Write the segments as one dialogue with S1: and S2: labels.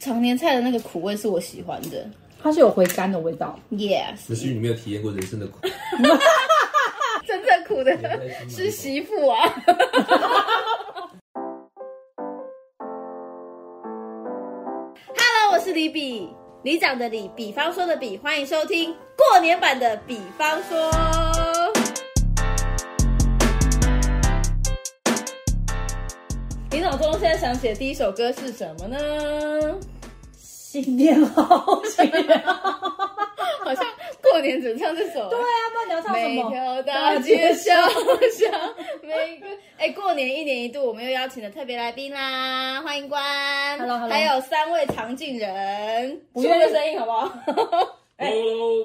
S1: 常年菜的那个苦味是我喜欢的
S2: 它是有回甘的味道。
S1: ，yes，啊
S3: 只是你没有体验过人生的苦。
S1: 真正苦的
S3: 在心里
S1: 是媳妇啊。Hello，我是李比，李长的李，比方说的比，欢迎收听过年版的《比方说》。李脑中现在想起的第一首歌是什么呢？
S2: 新年好，新年好。
S1: 好像过年只唱这首。
S2: 对啊，不然你要唱什
S1: 每
S2: 么？
S1: 条大街小巷， 每个哎、过年一年一度，我们又邀请了特别来宾啦，欢迎关
S2: Hello，Hello
S1: 还有三位常进人，
S2: 不
S1: 出
S2: 愿意
S1: 个声音好不好？
S3: Hello，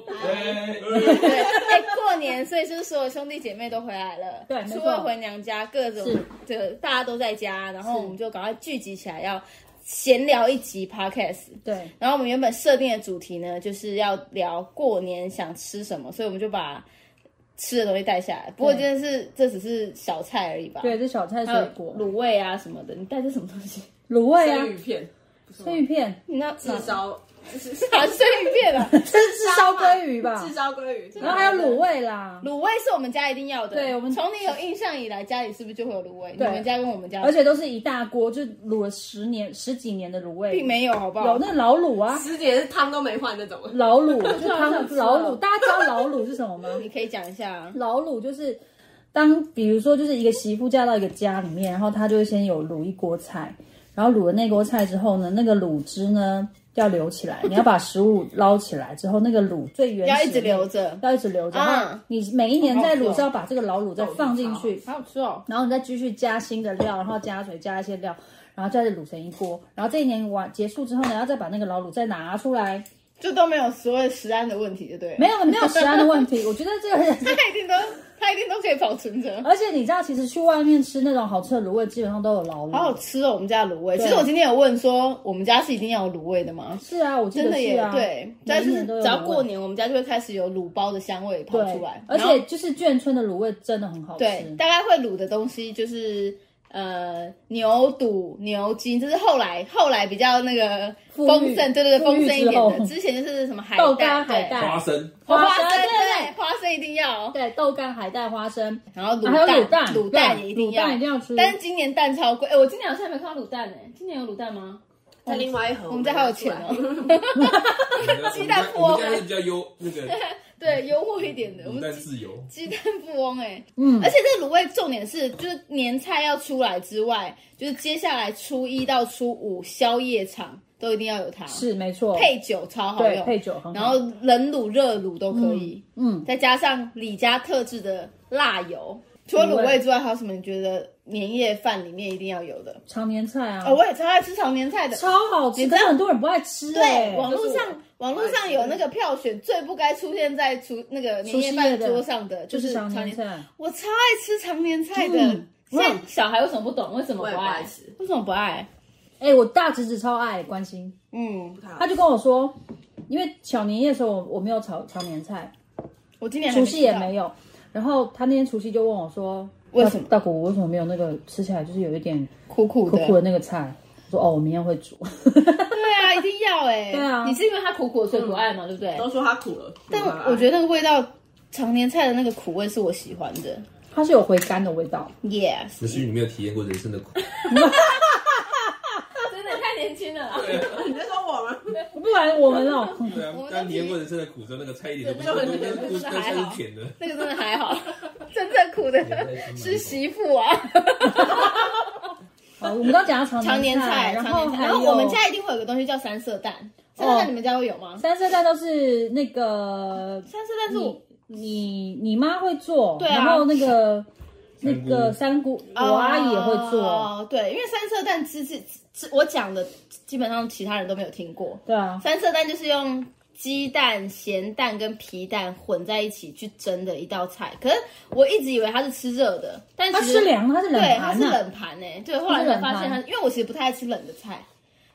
S1: 对，哎、过年，所以就是所有兄弟姐妹都回来了，
S2: 对没
S1: 初
S2: 错
S1: 二回娘家，各种
S2: 是
S1: 的大家都在家，然后
S2: 是
S1: 我们就赶快聚集起来要闲聊一集 podcast。
S2: 对，
S1: 然后我们原本设定的主题呢，就是要聊过年想吃什么，所以我们就把吃的东西带下来。不过真的是这只是小菜而已吧？
S2: 对，，啊这小菜
S1: 还有
S2: 水果，
S1: 卤味啊什么的。你带这什么东西？
S2: 卤味啊
S4: 生，鱼片，不是吗
S2: 生鱼片，
S1: 你那
S4: 炙 烧，炙
S1: 哪生鱼片啊？
S2: 这是炙烧鲑鱼吧
S4: 炙？烧鲑 鱼，
S2: 然后还有卤味啦，
S1: 卤味是我们家一定要的。
S2: 对我们
S1: 从你有印象以来，家里是不是就会有卤味？你
S2: 对
S1: 们家跟我们家，
S2: 而且都是一大锅，就卤了十年、十几年的卤味，
S1: 并没有，好不好？
S2: 有那老卤啊，
S4: 十年汤都没换那种。
S2: 老 卤就
S1: 好
S2: 汤
S1: 想吃
S2: 老
S1: 哦
S2: 卤，大家知道老卤是什么吗？
S1: 你可以讲一下啊。
S2: 老卤就是当比如说就是一个媳妇嫁到一个家里面，然后她就会先有卤一锅菜，然后卤了那锅菜之后呢，那个卤汁呢要留起来，你要把食物捞起来之后，那个卤最原始
S1: 要
S2: 的
S1: 一直留着
S2: 要一直留着。
S1: 啊
S2: 然后你每一年在
S1: 好好
S2: 卤
S1: 吃哦
S2: 是要把这个老卤再放进去，
S1: 好好吃哦！
S2: 然后你再继续加新的料，然后加水加一些料。然后再卤哎成一锅，然后这一年完结束之后呢，要再把那个老卤再拿出来，
S1: 就都没有所谓食安的问题，对不对？
S2: 没有没有食安的啊问题。我觉得这个人
S1: 他一定都他一定都可以保存着。
S2: 而且你知道，其实去外面吃那种好吃的卤味，基本上都有老卤。
S1: 好好吃哦，我们家的卤味。其
S2: 对
S1: 实我今天有问说，我们家是一定要有卤味的吗？
S2: 是啊，我记
S1: 真
S2: 得
S1: 的
S2: 是
S1: 耶，
S2: 啊，
S1: 对。
S2: 每
S1: 但
S2: 一
S1: 是
S2: 年都有
S1: 只要
S2: 卤味
S1: 过年，我们家就会开始有卤包的香味跑
S2: 对
S1: 出来，
S2: 而
S1: 然后
S2: 且就是眷村的卤味真的很好吃。
S1: 对，大概会卤的东西就是呃牛肚、牛筋，这是后来后来比较那个
S2: 富裕
S1: 丰盛，对对对，
S2: 富裕
S1: 丰盛一点
S2: 之
S1: 的。
S2: 后
S1: 之前就是什么海
S2: 豆
S1: 带、
S2: 干海
S1: 对
S2: 带
S3: 花生，
S1: 花
S2: 花
S1: 生，
S2: 生对
S1: 对，花生一定要。
S2: 对，豆干、海带、花生，
S1: 然后
S2: 啊还有卤
S1: 蛋，
S2: 蛋，
S1: 卤
S2: 对
S1: 也一定
S2: 卤
S1: 要
S2: 蛋一。定要吃。
S1: 但是今年蛋超贵，哎，我今年好像没看到卤蛋哎，今年有卤蛋吗？
S4: 在另外一盒，
S1: 我们家还有钱哦。鸡
S3: 鸡
S1: 蛋
S3: 我
S1: 破
S3: 们家是比较优那个
S1: 对，优惠一点的，我
S3: 卤
S1: 们
S3: 蛋
S1: 鸡
S3: 自由。
S1: 鸡蛋富翁哎、
S2: 嗯
S1: 而，且这个卤味重点是，就是年菜要出来之外，就是接下来初一到初五宵夜场都一定要有它，
S2: 是没错，
S1: 配酒超好
S2: 对
S1: 用，
S2: 配酒很好。
S1: 然后冷卤热卤都可以，
S2: 嗯，
S1: 再加上李家特制的辣油。除了卤味之外，还有什么你觉得年夜饭里面一定要有的？
S2: 常年菜啊
S1: 哦，，我也超爱吃常年菜的，
S2: 超好吃，
S1: 你知
S2: 可
S1: 道
S2: 是很多人不爱吃
S1: 对，
S2: 哎。
S1: 网络
S4: 就是
S1: 上网络上有那个票选最不该出现在厨那个年夜饭桌上的，
S2: 就
S1: 就是是
S2: 常
S1: 常
S2: 年
S1: 年。
S2: 菜，
S1: 我超爱吃常年菜的，
S2: 嗯
S1: 现在小孩为什么不懂？为什么
S4: 我也不爱吃
S1: 为什么不爱？
S2: 哎，我大侄子超爱关心，
S1: 嗯，
S2: 他就跟我说，因为小年夜的时候我我没有炒常年菜，
S1: 我今年还
S2: 除夕也
S1: 吃到
S2: 没有。然后他那天除夕就问我说：“
S1: 为什么
S2: 大大果我为什么没有那个吃起来就是有一点
S1: 苦苦
S2: 苦
S1: 的。
S2: 苦的那个菜？”我说：“哦，我明天会煮。
S1: 对啊，一定要哎、
S2: 对啊
S1: 你是因为它苦苦的所以不爱嘛，对不对？
S4: 都说它苦了，
S1: 但
S4: 没办法
S1: 我我觉得那个味道，常年菜的那个苦味是我喜欢的。”
S2: 它是有回甘的味道，
S1: Yes，
S3: 只是你没有体验过人生的苦。
S1: 真的太年轻了啦。
S4: 你在说我吗？
S2: 不然我们 哦，
S3: 对啊
S1: 我们，都
S3: 当体验过人生的苦之后，那个菜一点都不
S4: 对
S3: 都
S4: 就很
S3: 都
S1: 就
S3: 都都
S4: 甜
S1: 是还好
S3: 是甜的。
S1: 那个真的还好， 真正苦的是媳妇啊。
S2: 好我们刚讲到
S1: 常
S2: 常
S1: 年菜，
S2: 菜，
S1: 常
S2: 然
S1: 年
S2: 后
S1: 菜。
S2: 还
S1: 然后
S2: 有
S1: 我们家一定会有个东西叫三色蛋，三色蛋你们家会有吗？
S2: 三色蛋都是那个
S1: 三色蛋是我
S2: 你你你妈会做，
S1: 对啊
S2: 然后那个那
S3: 香菇
S2: 个三姑我阿姨也会做，
S1: 哦，对，因为三色蛋之之之我讲的基本上其他人都没有听过。
S2: 对啊，
S1: 三色蛋就是用鸡蛋、咸蛋跟皮蛋混在一起去蒸的一道菜，可是我一直以为它是吃热的，但
S2: 它
S1: 其实
S2: 是凉的，它是冷
S1: 对，它
S2: 盘啊
S1: 是
S2: 的，
S1: 冷盘诶、对，后来才发现它
S2: 它是冷，
S1: 因为我其实不太爱吃冷的菜，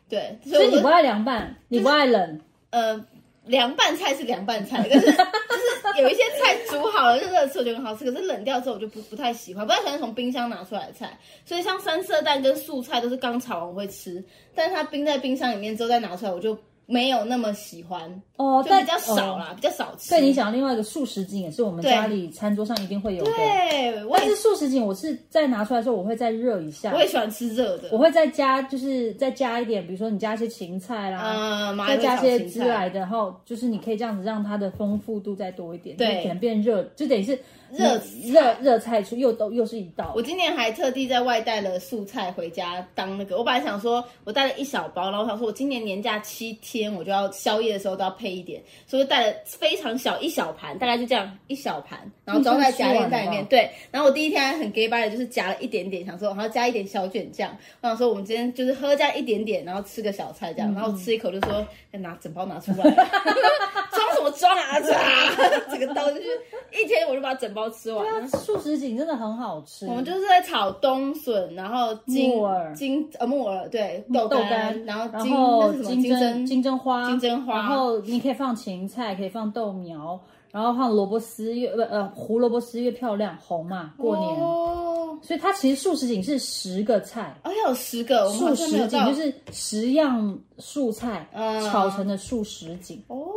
S1: 对，所
S2: 所
S1: 以
S2: 以
S1: 我
S2: 你
S1: 就
S2: 不爱凉拌，你不爱冷，
S1: 呃凉拌菜是凉拌菜，但是 就是有一些菜煮好了热热吃，我觉得很好吃，可是冷掉之后我就不不太喜嗯欢，不太喜欢从冰箱拿出来的菜。所以像三色蛋跟素菜都是刚炒完我会吃，但是它冰在冰箱里面之后再拿出来，我就没有那么喜欢，
S2: 哦，
S1: 就
S2: 但
S1: 比较少
S2: 哦
S1: 啦，比较少吃。
S2: 对你讲另外一个素食锦也是我们
S1: 对
S2: 家里餐桌上一定会有的，
S1: 对，我
S2: 但
S1: 也
S2: 是素食锦我是在拿出来的时候我会再热一下
S1: 我，也喜欢吃热的，
S2: 我会再加就是再加一点，比如说你加一些芹菜啦，
S1: 嗯，麻
S2: 再
S1: 油
S2: 加
S1: 炒
S2: 些
S1: 芹
S2: 汁
S1: 菜
S2: 来的，然后就是你可以这样子让它的丰富度再多一点，
S1: 对
S2: 就可能变热，就等于是
S1: 热
S2: 你热热菜出又都又是一道
S1: 我，今年还特地在外带了素菜回家当那个，我本来想说我带了一小包，然后我想说我今年年假七天，我就要宵夜的时候都要配一点，所以就带了非常小一小盘，大概就这样一小盘，然后装在夹链袋里
S2: 你这样吃完了
S1: 面。
S2: 吗
S1: 对，然后我第一天还很 gay 拜的，就是夹了一点点，想说然后加一点小卷酱，我想说我们今天就是喝这样一点点，然后吃个小菜这样，然后吃一口就说哎拿整包拿出来， 装什么装啊，啊，整个 刀就是一天我就把整包吃完了。
S2: 对啊，素食锦真的很好吃，
S1: 我们就是在炒冬笋，然后金
S2: 木耳嗯
S1: 金呃木耳对豆
S2: 豆
S1: 干，
S2: 干
S1: 然后
S2: 然
S1: 金
S2: 后
S1: 那是什么
S2: 金针
S1: 针
S2: 金针花，
S1: 金针花
S2: 然后你可以放芹菜，可以放豆苗，然后放萝卜丝越不呃胡萝卜丝越漂亮，红嘛，过年，
S1: 哦，
S2: 所以它其实素食锦是十个菜，
S1: 而且有十个，我哦们好
S2: 素
S1: 像没有
S2: 食锦
S1: 到
S2: 就是十样素菜
S1: 嗯
S2: 炒成的素食锦，
S1: 哦，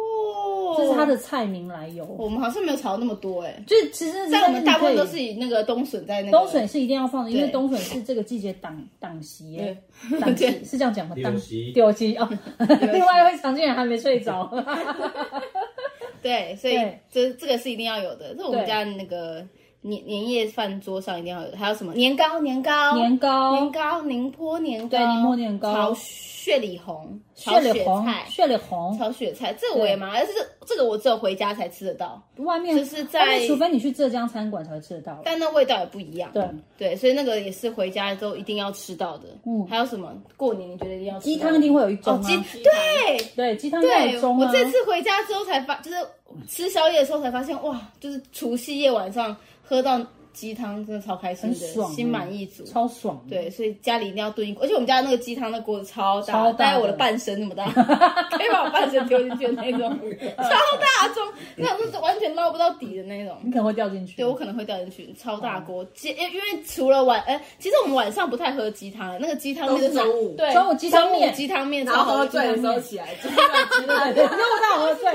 S2: 这是它的菜名来由。
S1: 我们好像没有炒到那么多哎，
S2: 就是其实
S1: 哦但我们
S2: 你
S1: 大部分
S2: 可以
S1: 都是以那个冬笋在那个
S2: 冬笋是一定要放的，因为
S1: 对
S2: 冬笋是这个季节档档席耶，档席
S1: 对
S2: 是这样讲吗？档
S3: 六席
S2: 丢席哦。 另外一位常见人还没睡着，
S1: 对，所以
S2: 对
S1: 这这个是一定要有的，这是我们
S2: 对
S1: 家那个年年夜饭桌上一定要有的，还有什么年糕年糕
S2: 年糕
S1: 年、糕宁波年糕
S2: 对宁波年糕
S1: 炒雪里红
S2: 血
S1: 炒
S2: 里红
S1: 菜、
S2: 血里红，
S1: 炒雪菜，这我也蛮爱，但是这这个我只有回家才吃得到，
S2: 外面
S1: 就是在
S2: 外面除非你去浙江餐馆才会吃得到。
S1: 但那味道也不一样。
S2: 对，
S1: 对，所以那个也是回家之后一定要吃到的。
S2: 嗯
S1: 还有什么？过年你觉得一定要吃到的
S2: 鸡汤一定会有一盅
S1: 哦
S2: 啊，，
S1: 鸡对
S2: 对，鸡汤要
S1: 对，
S2: 有盅
S1: 我
S2: 啊。
S1: 这次回家之后才发，就是吃宵夜的时候才发现，哇，就是除夕夜晚上喝到鸡汤真的超开心的，
S2: 很爽欸
S1: 心满意足。
S2: 超爽的，
S1: 对，所以家里一定要炖一锅，而且我们家那个鸡汤的锅子超大，
S2: 超大的
S1: 概我的半身那么大， 可以把我半身丢进去的那种，超大盅，那种是完全捞不到底的那种。
S2: 你可能会掉进去。
S1: 对我可能会掉进去，超大
S2: 哦
S1: 锅。鸡，因因为除了晚，哎、其实我们晚上不太喝鸡汤，那个鸡汤面
S4: 都是
S1: 拿
S4: 中午
S1: 对，
S2: 中午鸡汤面
S1: 中午鸡汤面，
S4: 然后喝
S1: 超好
S4: 醉
S1: 喝
S4: 的时候起来，真
S2: 对对，你又到喝醉，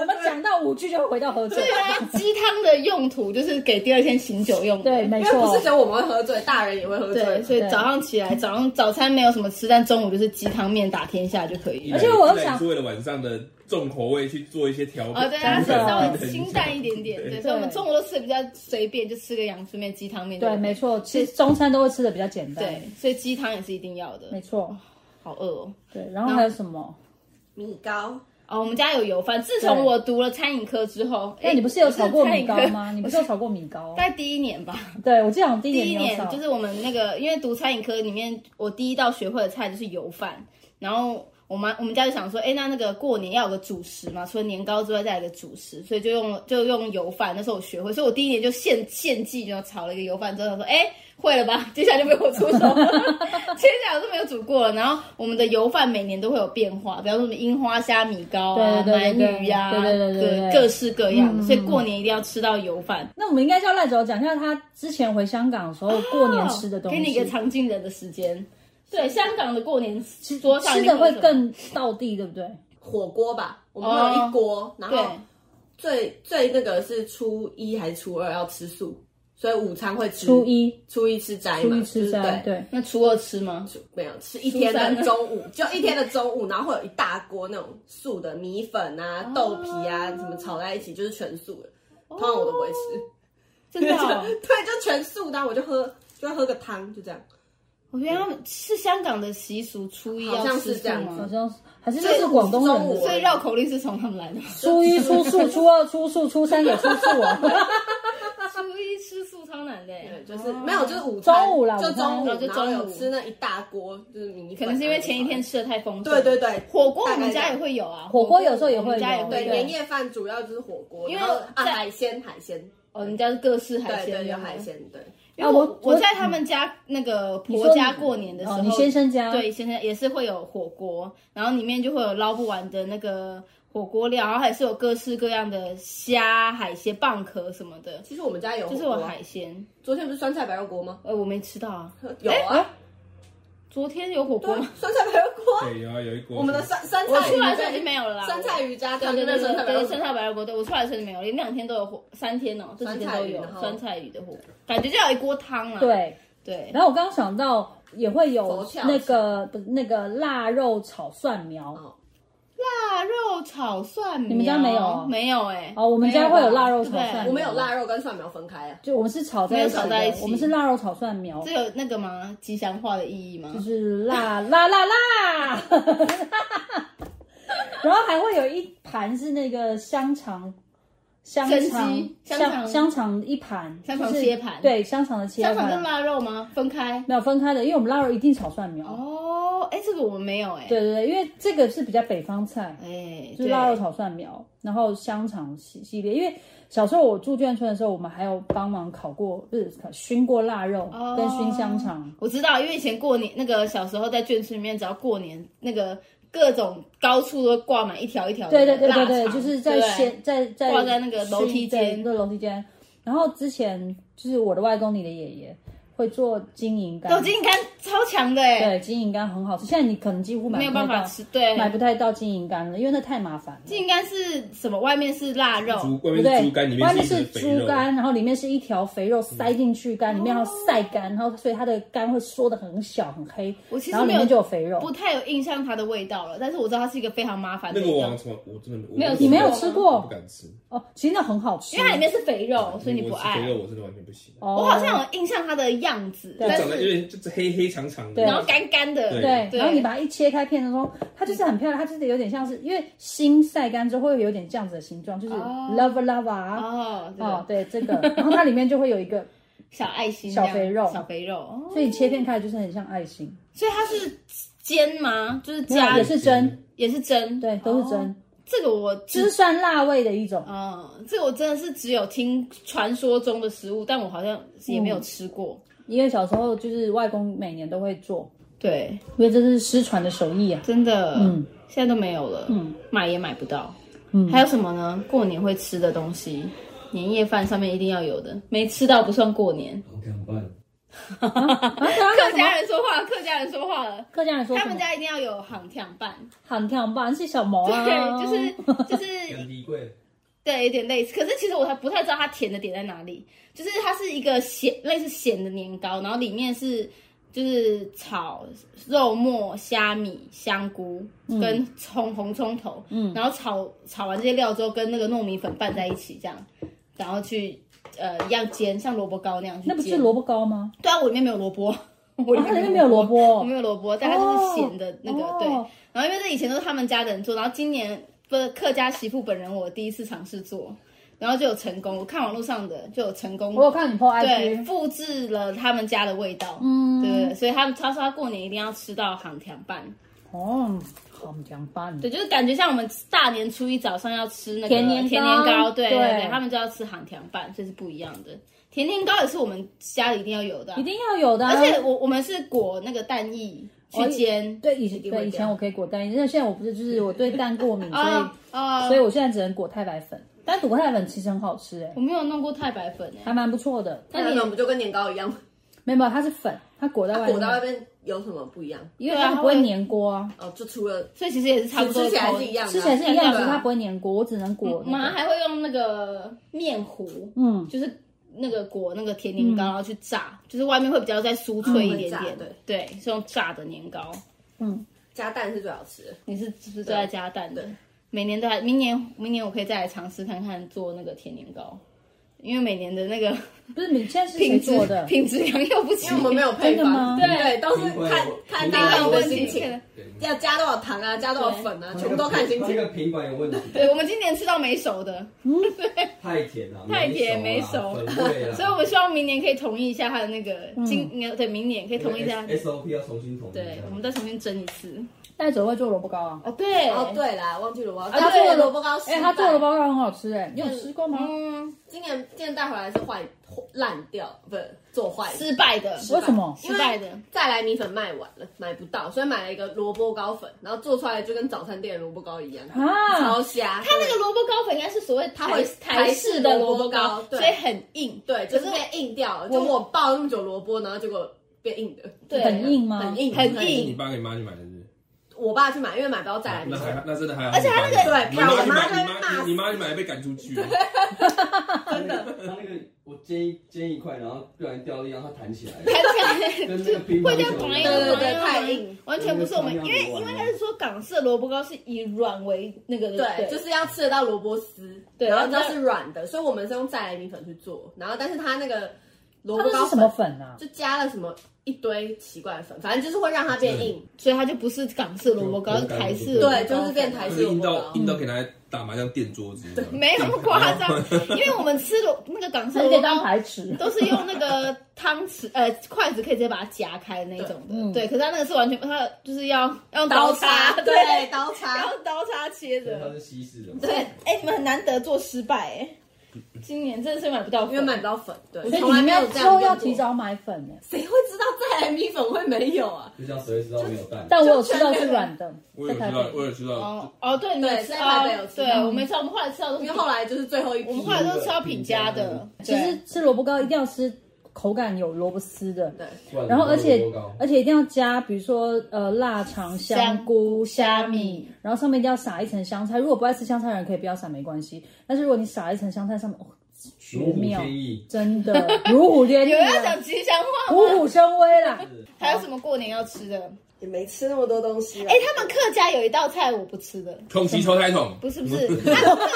S2: 我们讲到五句就会回到喝醉。
S1: 对啊，鸡汤的用途就是给第二天醒酒用的。
S2: 对，没
S4: 因为不
S2: 错
S4: 是只，有我们会喝醉，大人也会喝
S1: 对，
S4: 醉。
S1: 所以
S2: 对
S1: 早上起来，早上早餐没有什么吃，但中午就是鸡汤面打天下就可以了。
S2: 而且我又
S3: 一来
S2: 想
S3: 是为了晚上的重口味去做一些调
S1: 哦，
S3: 整，
S1: 对，它
S2: 真
S1: 是
S2: 的
S1: 稍微清淡一点点，对，所以我们中午都吃的比较随便，就吃个阳春面、鸡汤面。
S2: 对，没。错，其实中餐都会吃的比较简单。
S1: 对，，所以鸡汤也是一定要的
S2: 没。错，
S1: 好饿哦。
S2: 对。然后还有什么？
S4: 米糕，
S1: 哦，我们家有油饭。自从
S2: 对
S1: 我读了餐饮科之后，
S2: 那
S1: 哎
S2: 你不是有炒过米糕
S1: 不是餐饮科
S2: 吗？你不是有炒过米糕？
S1: 在第一年吧，
S2: 对，我记得我第一
S1: 第一
S2: 年没有
S1: 年
S2: 炒
S1: 就，是我们那个，因为读餐饮科里面，我第一道学会的菜就是油饭，然后。我妈我们家就想说，哎、那那个过年要有个主食嘛，除了年糕之外，再来一个主食，所以就用了就用油饭。那时候我学会，所以我第一年就献献祭，就炒了一个油饭之后，想说，哎、会了吧？接下来就被我出手了， 接下来我都没有煮过了。然后我们的油饭每年都会有变化，比方说什么樱花虾米糕啊、
S2: 对对对对
S1: 鳗鱼呀、
S2: 对对对对对嗯
S1: 各式各样的，所以过年一定要吃到油饭。
S2: 那我们应该叫赖总讲一下他之前回香港的时候过年吃的东
S1: 哦
S2: 西，
S1: 给你一个常进人的时间。对，香港的过年桌上
S2: 吃
S1: 一定
S2: 的
S1: 会
S2: 会
S1: 有什么
S2: 更到地，对不对？
S4: 火锅吧，我们会有一锅，然后
S1: 哦对
S4: 最最那个是初一还是初二要吃素，所以午餐会吃
S2: 初一
S4: 初一吃斋
S2: 出
S4: 嘛，
S2: 去吃
S4: 就是
S2: 斋，
S4: 嗯对。
S2: 对，
S1: 那初二吃吗？
S4: 没有吃一天的中午，就一天的中午，然后会有一大锅那种素的米粉啊、
S1: 哦
S4: 豆皮啊，什么炒在一起，就是全素的。通常我都不会吃，
S1: 真的、哦，
S4: 对，就全素的啊，我就喝，就喝个汤，就这样。
S1: 哦我觉得他们是香港的习俗，初一要
S4: 好像
S1: 吃
S4: 是
S1: 素
S4: 这样
S2: 好
S1: 吗？
S2: 像是还是那是广东人
S4: 中午
S2: 的。
S1: 所以绕口令是从他们来的。
S2: 初一初素，初二初素，初三也初素啊。
S1: 初一吃素超难的耶，
S4: 对，就是
S1: 哦
S4: 没有，就是午餐
S2: 中午啦
S4: 就中午，
S1: 午餐
S4: 然
S1: 哦
S4: 后
S1: 然后就
S4: 有
S1: 中午
S4: 吃那一大锅就是米
S1: 可
S4: 粉啊，
S1: 能是因为前一天吃的太丰盛。
S4: 对对对
S1: 火锅我
S4: 大
S1: 们
S4: 概
S1: 家
S4: 这
S1: 也
S4: 样
S1: 会有啊，
S2: 火锅有时候也
S1: 我们
S2: 会
S1: 家也
S2: 有
S1: 会
S4: 对
S1: 有。
S4: 年夜饭主要就是火锅，
S1: 因为
S4: 然后啊
S1: 在
S4: 海鲜海鲜，
S1: 哦，你们家是各式海
S4: 对
S1: 鲜，
S4: 对有海。鲜，对
S1: 因为
S2: 啊我
S1: 我我
S2: 我
S1: 在他们家那个
S2: 你
S1: 婆
S2: 说
S1: 家
S2: 哦你
S1: 过年的时候，
S2: 哦，你先生家
S1: 对，现在也是会有火锅，然后里面就会有捞不完的那个火锅料，然后还是有各式各样的虾、海鲜、蚌壳什么的，
S4: 其实我们家有火
S1: 就是
S4: 锅
S1: 有
S4: 啊，
S1: 海鲜。
S4: 昨天不是酸菜白肉锅吗？
S1: 呃，我没吃到啊，
S4: 有啊，
S1: 昨天有火
S4: 对啊
S1: 锅吗？，
S4: 酸菜白肉锅，
S3: 对，有啊，有一锅
S4: 我们的酸酸
S1: 我
S4: 菜
S1: 出来的时候已
S4: 鱼
S1: 经没有了啦。
S4: 酸菜鱼加
S1: 对
S2: 啊
S4: 酱就
S1: 对
S4: 那
S1: 对
S4: 酸菜
S1: 对
S4: 白
S1: 对，
S4: 肉
S1: 酸
S4: 锅，
S1: 菜白肉锅，对我出来的时候就没有，连两天都有火，三天哦，这几天都有
S4: 酸菜鱼然后
S1: 酸菜鱼的火锅，感觉就有一锅汤啊。
S2: 对，
S1: 对，
S2: 然后我刚想到也会有
S4: 佛跳
S2: 那个不是那个腊肉炒蒜苗
S4: 哦
S1: 腊肉炒蒜苗，
S2: 你们家没有啊
S1: 没有哎。
S2: 哦，我们家会有
S1: 没吧
S2: 腊肉
S1: 对
S2: 炒
S1: 不对
S2: 蒜苗，
S4: 我们有腊肉跟蒜苗分开啊，
S2: 就我们是炒在
S1: 没有
S2: 一起
S1: 炒在一起
S2: 的，我们是腊肉炒蒜苗
S1: 这，有那个吗？吉祥话的意义吗
S2: 就？是辣辣辣辣， 然后还会有一盘是那个香肠，香
S1: 生
S2: 肠
S1: 鸡香肠
S2: 香香肠一盘，
S1: 香肠
S2: 就是
S1: 切盘
S2: 对香肠的切
S1: 香肠跟
S2: 盘，
S1: 腊肉吗？分开？
S2: 没有分开的，因为我们腊肉一定炒蒜苗，
S1: 哦，哎，这个我们没有哎。
S2: 对对对，因为这个是比较北方菜，
S1: 哎，
S2: 就是
S1: 对
S2: 腊肉炒蒜苗，然后香肠系系列。因为小时候我住眷村的时候，我们还有帮忙烤过，不是烤熏过腊肉
S1: 哦
S2: 跟熏香肠。
S1: 我知道，因为以前过年那个小时候在眷村里面，只要过年那个各种高处都挂满一条一条的
S2: 对对对
S1: 腊
S2: 对
S1: 肠
S2: 对，就是在
S1: 对不对
S2: 先在在
S1: 挂在那个楼梯间
S2: 对，楼梯间。然后之前就是我的外公，你的爷爷会做金银
S1: 豆
S2: 柑，
S1: 筋干超强的哎，
S2: 对金银柑很好吃。现在你可能几乎买
S1: 没有
S2: 不太
S1: 办法
S2: 到，
S1: 吃，对，
S2: 买不太到金银柑了，因为那太麻烦了。
S1: 这应该是什么？外面是腊肉，
S3: 猪，外
S2: 不
S3: 面
S2: 对
S3: 是猪肝，里，
S2: 外
S3: 面
S2: 面
S3: 是
S2: 是
S3: 一只
S2: 猪
S3: 肥肉，
S2: 肝，然后里面是一条肥肉塞进
S1: 嗯
S2: 去肝，里面
S1: 哦
S2: 还要晒干，然后所以它的肝会缩的很小很黑
S1: 我其，实
S2: 然后里
S1: 没有
S2: 面就有肥肉
S1: 不。太有印象它的味道了，但是我知道它是一个非常麻烦的
S3: 那
S1: 一
S3: 个
S1: 道
S3: 王，什么，我真的
S1: 没有
S3: 我
S1: 你没
S2: 有吃过
S3: 我不敢吃，
S2: 哦，其实那很好吃，
S1: 因为它里面是肥肉，所以你不
S3: 我吃肥
S1: 爱。
S3: 肉我真的完全不行，
S2: 哦，
S1: 我好像有印象它的样子，
S3: 就
S1: 但
S3: 长得有
S1: 是
S3: 点就是黑黑长长的，
S2: 对啊
S1: 然后干干的，
S2: 对，
S1: 对
S2: 然后你把它一切开片的时候，它就是很漂亮，它就是有点像是因为心晒干之后会有点这样子的形状，就是
S1: 哦
S2: lava lava
S1: 哦，这
S2: 哦
S1: 个，
S2: 对这个，然后它里面就会有一个，
S1: 小爱心这
S2: 小
S1: 样，
S2: 肥肉
S1: 小肥肉，哦
S2: 所以你切片开来就是很像爱心，
S1: 所以它是煎吗？就是
S2: 没有
S1: 加
S2: 也是真，
S1: 也是蒸，
S2: 对，都是
S1: 哦。
S2: 真，
S1: 这个我
S2: 这是
S1: 知，
S2: 算辣味的一种。
S1: 嗯，这个我真的是只有听传说中的食物，但我好像也没有吃过。
S2: 因为小时候就是外公每年都会做，
S1: 对，
S2: 因为这是失传的手 艺啊。
S1: 真的，
S2: 嗯，
S1: 现在都没有了，
S2: 嗯，
S1: 买也买不到。
S2: 嗯
S1: 还有什么呢？过年会吃的东西，年夜饭上面一定要有的，没吃到不算过年。
S5: 好凉拌，
S1: 客家人说话，客家人说话了，
S2: 啊客家人说
S1: 他
S2: 什
S1: 们
S2: 么？
S1: 家一定要有行跳饭，
S2: 喊跳棒是小毛啊，
S1: 对，就是就是
S5: 羊皮柜，
S1: 对，有点类似。可是其实我还不太知道它甜的点在哪里，就是它是一个咸类似咸的年糕，然后里面是就是炒肉末、虾米、香菇
S2: 嗯
S1: 跟葱红葱头，嗯，然后炒炒完这些料之后，跟那个糯米粉拌在一起，这样，然后去呃一样煎，像萝卜糕那样去
S2: 那不是
S1: 煎
S2: 萝卜糕吗？
S1: 对啊，我里面没有萝卜，我
S2: 我
S1: 里
S2: 它里
S1: 面
S2: 面没有萝
S1: 我
S2: 卜
S1: 没，有萝卜，但它就是咸的 那个、
S2: 哦
S1: 对
S2: 哦。
S1: 然后因为这以前都是他们家的人做，然后今年不是客家媳妇本人我第一次尝试做，然后就有成功。我看网络上的就有成功
S2: 我，有看你 PO
S1: 对，
S2: IG，
S1: 复制了他们家的味道。
S2: 嗯，
S1: 对，所以他们他说他过年一定要吃到杭甜拌，
S2: 哦，好凉拌，
S1: 对，就是感觉像我们大年初一早上要吃那个
S2: 甜年糕
S1: 甜年糕，对
S2: 对
S1: 对，他们就要吃杭甜拌，这是不一样的。甜年糕也是我们家里一定要有的啊、
S2: 一定要有的啊。
S1: 而且我我们是裹那个蛋液去煎，
S2: 对以前
S4: 定会
S2: 对以
S4: 这
S2: 前
S4: 样
S2: 我可以裹蛋，因为现在我不是就是我对蛋过 敏，所
S1: 啊
S2: 以
S1: 啊！
S2: 所以我现在只能裹太白粉，但裹太白粉其实很好吃哎
S1: 我，没有弄过太白粉哎、
S2: 还蛮不错的。
S1: 那
S4: 那
S1: 你啊
S4: 你们不就跟年糕 一样吗？
S2: 没有没有，它是粉，它裹在外面，
S4: 裹在外面有什么不一样？
S2: 因为
S1: 对啊
S2: 它
S1: 它
S2: 不会
S1: 会
S2: 粘锅啊。
S4: 哦，就除了
S1: 所以其实也是差不多
S4: 吃
S1: 的
S4: 起来
S1: 口
S4: 是一样的啊，
S2: 吃起来是一样的，
S4: 对
S2: 可
S4: 啊嗯
S2: 是它不会粘锅，我只能裹
S1: 我
S2: 那
S1: 妈
S2: 个。
S1: 还会用那个面糊，
S2: 嗯，
S1: 就是那个裹那个甜年糕，然后去炸，就是外面会比较再酥脆一点点。
S4: 嗯嗯会炸
S1: 对，是用炸的年糕。
S4: 加蛋是最好吃的。
S1: 你是是不是都在加蛋的
S4: 对？
S1: 每年都还，明年明年我可以再来尝试看看做那个甜年糕，因为每年的那 个
S2: 不是你现在是谁
S1: 品质
S2: 做的？
S1: 品质良莠不齐
S4: 因为。我们没有配
S2: 真的吗
S4: 方，对，都是
S5: 平板
S4: 看
S5: 有
S4: 看
S5: 平
S4: 大
S5: 板
S4: 家
S1: 有
S4: 的
S1: 问
S4: 心
S1: 题，
S4: 情，
S5: 对，
S4: 要加多少糖啊，加多少粉啊，全部都看心
S5: 它那
S4: 情。
S5: 个平板有问题，
S1: 对我们今年吃到没熟的，
S5: 太甜了，
S1: 太甜
S5: 粉味 啊，
S1: 所以我们希望明年可以同意一下他的
S4: 嗯
S1: 那个今年，对，明年可以同意一下。
S5: 哎 SOP 要重新统一一下
S1: 对，我们再重新蒸一次。
S2: 带走会做萝卜糕啊。
S1: 哦， 对，啊
S4: 哦，，对啦，忘记萝卜糕，
S2: 他
S4: 他
S2: 做
S4: 做
S2: 的
S4: 的萝卜糕失败，
S2: 哎、他做的萝卜糕很好吃哎、你有吃过吗？
S1: 嗯，
S4: 今年今年带回来是坏烂掉，不是做坏的，
S1: 失败的，
S2: 为什么？
S4: 嗯
S1: 失败的，
S4: 再来米粉卖完了，买不到，所以买了一个萝卜糕粉，然后做出来就跟早餐店的萝卜糕一样，超
S2: 啊，
S4: 瞎。
S1: 它那个萝卜糕粉应该是所谓
S4: 它
S1: 台
S4: 会
S1: 台式的萝卜糕
S4: 台式萝卜，糕
S1: 所
S4: 对
S1: 以很硬，
S4: 对，就是被硬掉了。就我爆了那么久萝卜，然后结果变硬的，
S1: 对，
S2: 很硬吗？
S4: 很硬，
S1: 很
S3: 那是你
S1: 硬
S3: 爸跟你妈去买的是不是？
S4: 我爸去买，因为买不到再来米
S3: 那还
S4: 粉，
S3: 那真的还好。
S1: 而且他那个
S4: 对
S3: 你
S4: 票
S3: 妈
S4: 我
S3: 去
S4: 妈
S3: 买，你
S4: 就会骂
S3: 妈你妈去买被赶出去了。啊
S5: 真的，他那个我煎一煎一块，然后突然掉地上，它弹起来，
S1: 弹起来。
S5: 跟那个乒
S1: 会
S5: 乓
S1: 这样
S5: 球
S1: 绑
S5: 一
S1: 一
S5: 样
S4: 对
S1: 个
S4: 对
S1: 绑
S4: 对
S1: 一个
S4: 太
S1: 绑一个
S4: 硬
S1: 完全不是我们，
S5: 那个
S1: 因为
S5: 重量
S1: 因
S5: 不
S1: 为
S5: 完
S1: 他是说港式的萝卜糕是以软为那个的，
S4: 对，就是要吃得到萝卜丝，
S1: 对
S4: 然后
S1: 然后
S4: 它是软的，所以我们是用再来米粉去做，然后但是它那个萝
S2: 它
S4: 卜
S2: 那
S4: 糕
S2: 是什么
S4: 粉
S2: 粉啊？
S4: 就加了什么一堆奇怪的粉，反正就是会让它变硬，
S2: 嗯
S1: 所以它就不是港式萝卜糕，是台式萝卜糕
S4: 对，就是变台
S3: 就
S4: 式
S3: 是
S4: 萝
S3: 硬
S4: 卜
S3: 到
S4: 糕。
S3: 硬到给他打麻将垫桌子，这样
S1: 没有那么夸张，因为我们吃的那个港式
S2: 还
S1: 萝
S2: 可以
S1: 卜
S2: 当
S1: 糕
S2: 排尺。
S1: 都是用那个汤匙呃筷子可以直接把它夹开的那种的，
S2: 嗯
S1: 对，可是它那个是完全它就是要要用叉，对，
S4: 对，刀
S1: 然
S4: 叉
S1: 后，刀叉切
S5: 对它
S1: 的，
S5: 是西式的嘛，
S1: 对，哎，你们很难得做失败哎，今年真的是买不到粉，
S4: 因为买不到粉，对，
S2: 我觉得
S4: 从
S2: 你
S4: 来
S2: 们
S4: 没有
S2: 要
S4: 这
S2: 之
S4: 样用
S2: 后
S4: 过
S2: 要提，早买粉哎、
S4: 谁会知道再来米粉会没有啊？
S5: 就像谁会知道没有蛋？
S2: 但我有吃到是软的，
S3: 我
S2: 在
S3: 有
S2: 台
S3: 知道，
S2: 北。
S3: 我有知道，
S1: 哦哦，对，你们
S4: 对
S1: 吃
S4: 在台北
S1: 哦
S4: 有吃
S1: 对
S4: 到，
S1: 我没吃到，我们后来吃到都
S4: 因
S1: 是
S4: 为后来就是最后一
S1: 我
S4: 批
S1: 们，后来都是吃到品家的，
S2: 其
S1: 对
S2: 实吃萝卜糕一定要吃口感有萝卜丝的，
S4: 对，
S2: 然后而且
S5: 不然萝卜糕
S2: 而且一定要加，比如说呃腊肠、香菇、虾米，然后上面一定要撒一层香菜。如果不爱吃香菜的人可以不要撒，没关系。但是如果你撒一层香菜上面，哦，绝
S5: 如虎
S1: 哦
S2: 妙，
S5: 添翼，
S2: 真的如虎添翼
S1: 有人要
S2: 啊，
S1: 讲吉祥话
S2: 虎
S1: 吗？
S2: 虎生威啦。
S1: 还有什么过年要吃的？
S4: 也没吃那么多东西啊
S1: 哎、他们客家有一道菜我不吃的，
S3: 空袭抽胎桶，
S1: 不是不 是，他们客家，我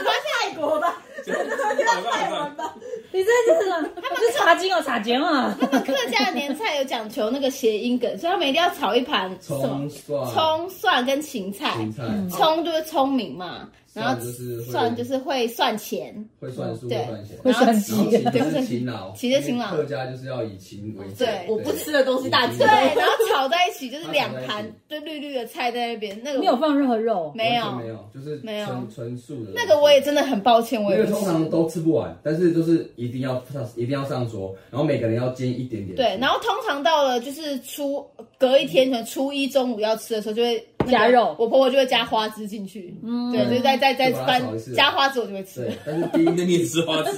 S1: 发现
S4: 泰国吧，
S3: 好吧好吧
S4: 吧，
S2: 你这就是了，这茶经哦，茶经啊，
S1: 他们客家的年菜有讲求那个谐音梗，所以他们一定要炒一盘什么
S5: 葱蒜
S1: 葱嗯蒜跟芹菜，
S5: 芹菜，哦
S1: 葱就是聪明嘛，然后
S5: 蒜就是会
S1: 蒜就是会算钱，
S5: 会算数，
S1: 对
S5: 会算钱。
S2: 会算
S5: 然后
S2: 计
S5: 勤就是勤劳，
S1: 勤就是勤劳
S5: 因为客家就是要以勤为主。
S1: 对
S4: 我不吃的东西大家
S1: 对，然后炒在一起 就是两
S5: 炒在
S1: 盘
S5: 一起
S1: 就绿绿的菜在那边，那个
S2: 没有放任何肉，
S1: 没
S5: 完全没
S1: 有，
S5: 有，就是
S1: 没有
S5: 纯纯素的。
S1: 那个我也。真的很抱歉，我
S5: 那
S1: 也
S5: 个
S1: 不
S5: 通
S1: 吃。
S5: 常都吃不完，但是就是一定要上，一定要上桌，然后每个人要煎一点点。
S1: 对，然后通常到了就是初隔一天，可能初一中午要吃的时候，就会、那个
S2: 加肉
S1: 我婆婆就会加花枝进去，嗯，对，就再再再
S5: 就把它
S1: 翻
S5: 炒一次
S1: 加花枝，我就会吃。
S5: 对，但是第一
S3: 那你也吃花啊枝，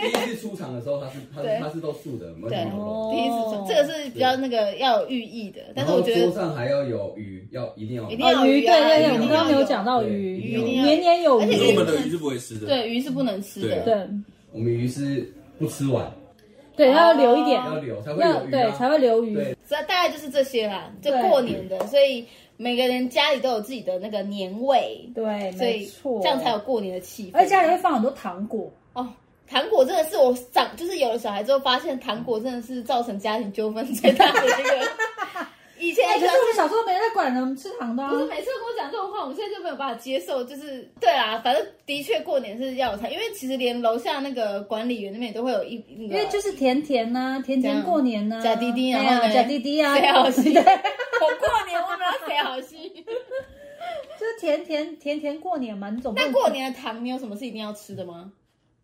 S5: 第一次出场的时候，它是它
S1: 对
S5: 是它是都素的，没有
S1: 对
S5: 什么肉。
S2: 哦
S1: 第一次吃，这个是比较那个要有寓意的，但
S5: 然
S1: 是
S5: 后
S1: 我觉
S5: 桌
S1: 得
S5: 上还要有鱼，要一定要有
S1: 一定要
S2: 哦，鱼，对
S1: 啊
S2: 对对，
S5: 一定要
S2: 我们刚刚没有讲到
S5: 对
S2: 鱼，
S5: 一定
S1: 要有
S2: 年年有
S1: 而且
S3: 可是我
S2: 余
S3: 们，的鱼是不会吃的。，
S1: 对鱼是不能吃的，
S2: 对啊
S5: 我们鱼是不吃完，
S2: 对，它要留一点，
S5: 要哦留才会
S2: 要
S5: 有鱼
S2: 哦对
S5: 啊。
S2: 才会留余。
S5: 对，
S1: 所以大概就是这些啦，就
S2: 对
S1: 过年的，所以每个人家里都有自己的那个年味，
S2: 对，
S1: 所
S2: 没
S1: 以
S2: 错，
S1: 这样才有。过年的气氛。
S2: 而且家里会放很多糖果，
S1: 哦，糖果真的是我长，就是有了小孩之后，发现糖果真的是造成家庭纠纷最大的一 个。以前
S2: 哎，可
S1: 就是
S2: 我们小时候没人在管我们吃糖的啊
S1: 不。是每次都跟我讲这种话，我们现在就没有办法接受。就是对啦，反正的确过年是要有糖，因为其实连楼下那个管理员那边也都会有一，因
S2: 因为就是甜甜呐，甜
S1: 这
S2: 甜
S1: 样
S2: 过年呐，
S1: 假滴滴
S2: 哎
S1: 然
S2: 呀
S1: 后嘞
S2: 假滴滴啊，
S1: 谁好心， 我
S2: 对
S1: 过年我哪谁好心？
S2: 就是甜甜甜甜过年嘛，你总不
S1: 那
S2: 能
S1: 过年的糖，你有什么是一定要吃的吗？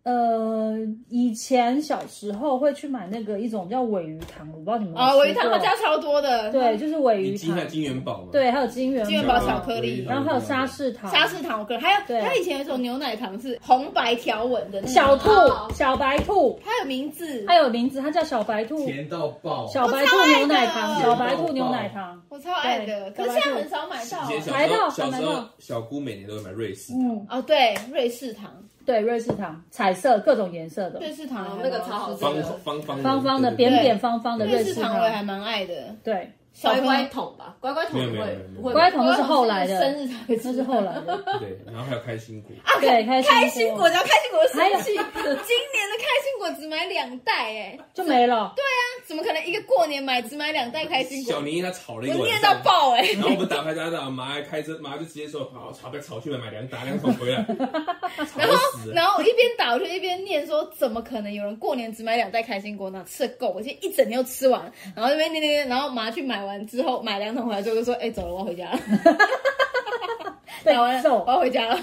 S2: 呃，以前小时候会去买那个一种叫尾鱼糖，我不知道你们有没有
S1: 啊，尾鱼
S2: 吃
S1: 糖
S2: 过
S1: 他加超多的，
S2: 对，就是尾
S3: 你
S2: 鱼
S3: 金
S2: 糖
S3: 还，金元宝嘛，，
S2: 对，还有金元
S1: 金元宝
S2: 宝
S1: 巧克力
S5: 嗯
S2: 然后还有沙士糖，
S1: 沙士糖我个人还有，
S2: 对
S1: 他以前有一种牛奶糖是红白条纹的那种
S2: 小兔哎
S4: 哦、
S2: 小白兔，
S1: 它有名字，
S2: 它有名字，它叫小白兔，
S5: 甜到爆，
S2: 小白兔牛奶糖，
S1: 我
S5: 超
S2: 小
S5: 爱的
S2: 白兔牛奶糖，
S1: 我超爱的，可
S2: 对
S1: 是现在很少买到啊。
S3: 以前小时候
S2: 还
S3: 小
S2: 到
S3: 时
S2: 还
S3: 候
S2: 到
S3: 小姑每年都会买瑞士，
S2: 嗯，
S1: 哦，对，瑞士糖，
S2: 对，瑞士糖，彩色各种颜色的，
S1: 瑞士糖
S4: 哦
S1: 还
S4: 那个
S1: 蛮
S4: 超好
S1: 吃
S4: 吃
S1: 的
S3: 方方方
S2: 方方的、
S3: 对
S2: 扁
S3: 对对
S2: 扁方方的
S1: 瑞
S2: 士
S1: 士糖我也还蛮爱的。
S2: 对，
S1: 小
S4: 乖
S1: 朋
S4: 乖
S1: 友
S4: 桶吧，乖乖桶
S3: 没有没
S4: 不
S3: 有
S4: 会
S3: 没有
S4: 不会
S2: 乖桶那是后来
S1: 生
S2: 的，
S1: 日才会吃，
S2: 那是后来的，
S3: 对，然后还有开心果，
S2: 对，开心
S1: 啊开心果，只要开心果我
S2: 还有
S1: 生气。今年的开心果只买两袋，哎，
S2: 就没了，
S1: 怎么可能一个过年买只买两袋开心
S3: 小
S1: 果？
S3: 宁他吵了一
S1: 我
S3: 个晚
S1: 念到
S3: 上。
S1: 爆，哎，
S3: 然后我们打牌打打，妈开车，妈就直接说好吵不吵去买买两打两桶回 来，吵死了。
S1: 然后一边打我就一边念说，怎么可能有人过年只买两袋开心果呢？吃得够，我今天一整天都吃完。然后一边念念念，然后马上去买完之后买两桶回来之后就说，哎、走了，我要回 家了，
S2: 被
S1: 打完了
S2: 揍
S1: 我要回家了，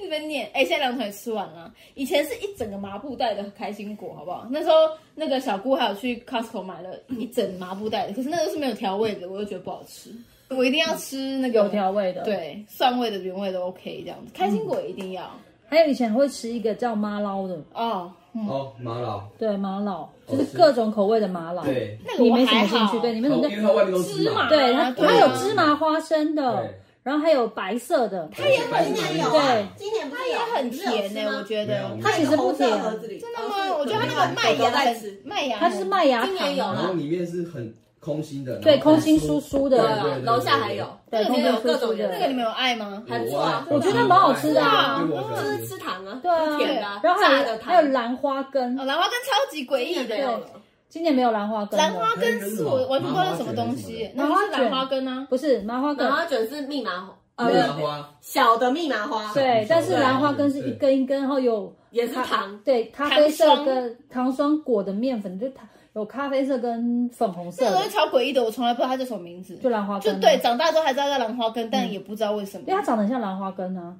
S1: 一边念，哎、现在两桶也吃完了，以前是一整个麻布袋的开心果，好不好？那时候那个小姑还有去 Costco 买了一整麻布袋的，可是那个是没有调味的，我又觉得不好吃，我一定要吃那个
S2: 有调味的。，
S1: 对，蒜味的、原味都 OK，这样子。开心果也一定要、
S2: 还有以前会吃一个叫麻捞的，
S1: 哦。嗯
S5: 哦，麻辣，
S2: 对麻老，就是
S5: 哦是
S2: 各种口味的麻老。，
S5: 对，哦
S1: 那个
S2: 你
S1: 我
S2: 没什
S1: 还
S2: 么兴
S1: 好
S2: 趣，，对，你
S5: 因
S2: 们怎么
S5: 为它外面都是
S1: 芝麻
S2: 对它
S1: 啊对
S2: 它
S1: 啊
S2: 有芝麻花生的
S5: 对，
S2: 然后还有白色的，
S5: 它也
S4: 今年有
S2: 对
S4: 啊，今年不
S1: 它
S4: 是
S1: 也
S4: 有
S1: 很甜呢、
S4: 呢，
S1: 我觉
S5: 没有
S1: 得
S5: 我。们
S2: 它其实不甜
S4: 红色盒子里
S1: 真的
S4: 哦是
S1: 吗？我觉得它那个麦
S4: 有
S1: 芽
S4: 在
S1: 很
S4: 吃，
S1: 麦芽
S2: 它是麦芽
S4: 今
S2: 糖
S4: 年有
S5: 然
S2: 啊，
S5: 后里面是很空心的，
S2: 对，
S5: 然后
S2: 空
S5: 很
S2: 心
S5: 酥
S2: 酥酥
S5: 对
S4: 有
S5: 对
S2: 的，
S4: 啊
S5: 对，
S4: 楼下还有，
S2: 对，
S1: 那个里面
S2: 空心
S4: 有
S2: 酥
S4: 各种
S2: 酥
S4: 人
S1: 那个你
S2: 的，
S1: 们有爱吗？
S4: 还不错啊
S2: 我觉得蛮好吃的啊
S5: 对我
S4: 就
S5: 喜欢
S4: 是
S5: 吃
S4: 吃糖啊，
S2: 对啊
S4: 甜的啊，
S2: 然后还
S4: 炸
S2: 有
S4: 的
S2: 还有
S4: 糖，
S2: 兰花羹，
S1: 哦，兰花羹超级诡异
S4: 没有
S1: 的，
S4: 了
S2: 今年没有兰花羹了，
S1: 兰花羹是我完全不知道是什么东西，那
S2: 麻
S1: 就
S2: 花
S1: 是
S2: 卷
S1: 兰花羹啊。
S2: 不是麻花羹
S4: 然，后卷是蜜麻花，
S5: 木兰
S4: 呃，
S5: 花，
S4: 小的蜜麻花，
S2: 对，但是
S4: 对
S2: 兰花羹是一根一根，然后有
S4: 也是糖，
S2: 对咖啡色跟糖霜裹的面粉，就糖有咖啡色跟粉红色
S1: 这个东
S2: 的
S1: 西，超诡异的，我从来不知道它叫什么名字。
S2: 就兰花
S1: 就
S2: 羹啊。
S1: 对，长大之后还知道叫兰花羹，但也不知道为什么
S2: 嗯因为。它长得很像兰花羹啊，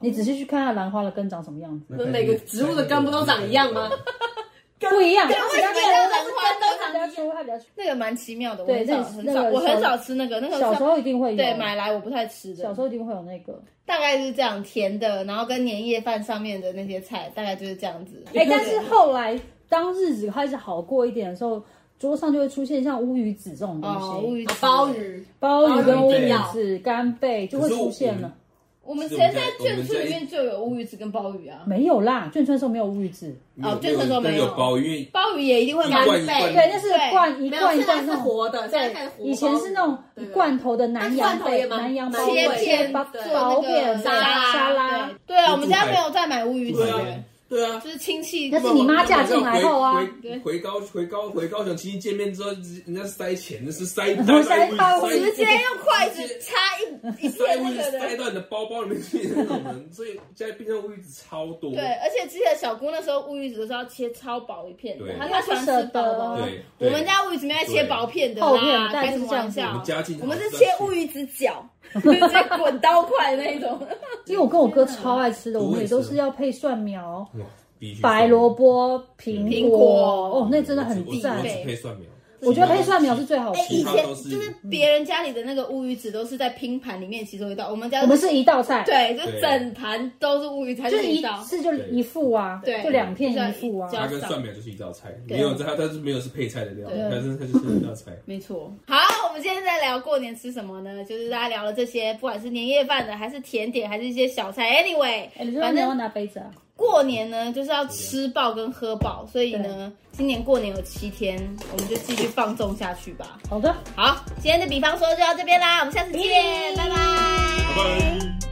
S2: 你仔细去看它兰花的根长什么样子，
S4: 每个植物的根不都长一样吗？
S2: 不一样。
S1: 对，为什么叫兰花羹？
S2: 它比较粗，它比较粗。
S1: 那个蛮奇妙的，我很
S2: 对
S1: 少
S2: 那个
S1: 很
S2: 那
S1: 少，
S2: 个
S1: 我很
S2: 小
S1: 少吃那个，那个
S2: 小时
S1: 上
S2: 候一定会有，
S1: 对买来我不太吃的
S2: 小。时候一定会有那个。
S1: 大概就是这样，甜的，然后跟年夜饭上面的那些菜，大概就是这样子。
S2: 哎，但是后来当日子开始好过一点的时候，桌上就会出现像乌鱼子这种
S1: 哦，
S2: 东
S1: 乌
S2: 西，
S1: 鱼
S4: 啊
S1: 子
S4: 鲍。鱼，
S2: 鲍鱼跟乌鱼
S4: 干
S2: 子、干贝就会出现了。
S1: 我们之前在眷村里面就有乌鱼子跟鲍鱼啊，
S2: 没有啦，眷村的时候没有乌鱼子，
S1: 哦眷村说没有
S3: 有鲍鱼，
S1: 鲍鱼也一定会买
S4: 一。
S3: 罐
S4: 干
S3: 一罐，
S4: 贝
S2: 对，那是
S1: 对
S2: 罐一
S4: 没有，
S2: 罐一
S4: 现在
S2: 罐
S4: 是
S2: 那种。
S4: 活的，现在开始活
S2: 以前是那种
S4: 对对
S2: 罐头的南洋
S4: 但罐头
S2: 贝、
S4: 也蛮
S2: 南洋
S4: 蛮
S2: 包
S4: 贵
S1: 切
S4: 的
S1: 片
S2: 包
S4: 对
S1: 做那
S2: 薄片
S1: 个
S4: 拉
S2: 沙
S1: 沙
S2: 拉
S1: 对，对啊，我们家没有在买乌鱼子
S3: 对啊，对啊。
S1: 就是亲戚
S2: 那是你妈嫁进来后啊
S3: 回回回高回高回高雄亲戚见面之后，人家塞钱，那是塞大
S2: 塞大
S3: 塞
S1: 直接用筷子插一一
S3: 塞
S1: 片
S3: 乌鱼
S1: 那
S3: 子
S1: 个
S3: 塞
S1: 的。
S3: 到你的包包里面去的那种人，所以现在冰箱乌鱼子超多。
S1: 对，而且之前小姑那时候乌鱼子都是要切超薄一片的，
S3: 对
S1: 她她喜欢吃薄的。
S3: 对，
S1: 我们家乌鱼子没有在切薄片的
S2: 厚片
S1: 啦，
S2: 的大概
S1: 开什么玩笑
S3: 我们？家境，
S1: 我们是切乌鱼子脚， 就是直接滚刀块那一种。
S2: 因为我跟我哥超爱吃的，
S3: 我
S2: 我们也
S3: 也是
S2: 都是要配蒜苗、
S3: 哇，必须
S2: 白萝卜、苹
S1: 嗯苹
S2: 果，
S1: 果
S2: 哦，那真的很
S3: 我只
S2: 赞
S3: 我
S1: 必。
S3: 只
S1: 备
S3: 配蒜苗，
S2: 我觉得配蒜苗是最好
S1: 哎、
S2: 吃
S1: 以
S3: 其
S2: 的，
S3: 他
S1: 前
S3: 都是
S1: 就是别人家里的那个乌鱼子都是在拼盘里面其中一道，我们家
S2: 我们是一道菜，
S1: 对，就是
S3: 对
S1: 整盘都是乌鱼子，它
S2: 就
S1: 就是是一
S2: 一
S1: 道。
S2: 次就一副啊，
S1: 对
S2: 就两片一副啊
S1: 就。要
S3: 它跟蒜苗就是一道菜，
S1: 对
S3: 没有它它是没有是配菜的料，
S1: 对
S3: 但是它就是一 道菜。
S1: 没错，好，我们今天在聊过年吃什么呢？就是大家聊了这些，不管是年夜饭的，还是甜点，还是一些小菜。Anyway，
S2: 哎，你说
S1: 反
S2: 你要
S1: 正
S2: 拿杯子啊？
S1: 过年呢就是要吃爆跟喝爆，所以呢，今年过年有七天，我们就继续放纵下去吧。
S2: 好的。
S1: 好，今天的比方说就到这边啦，我们下次见，拜拜
S3: 拜拜。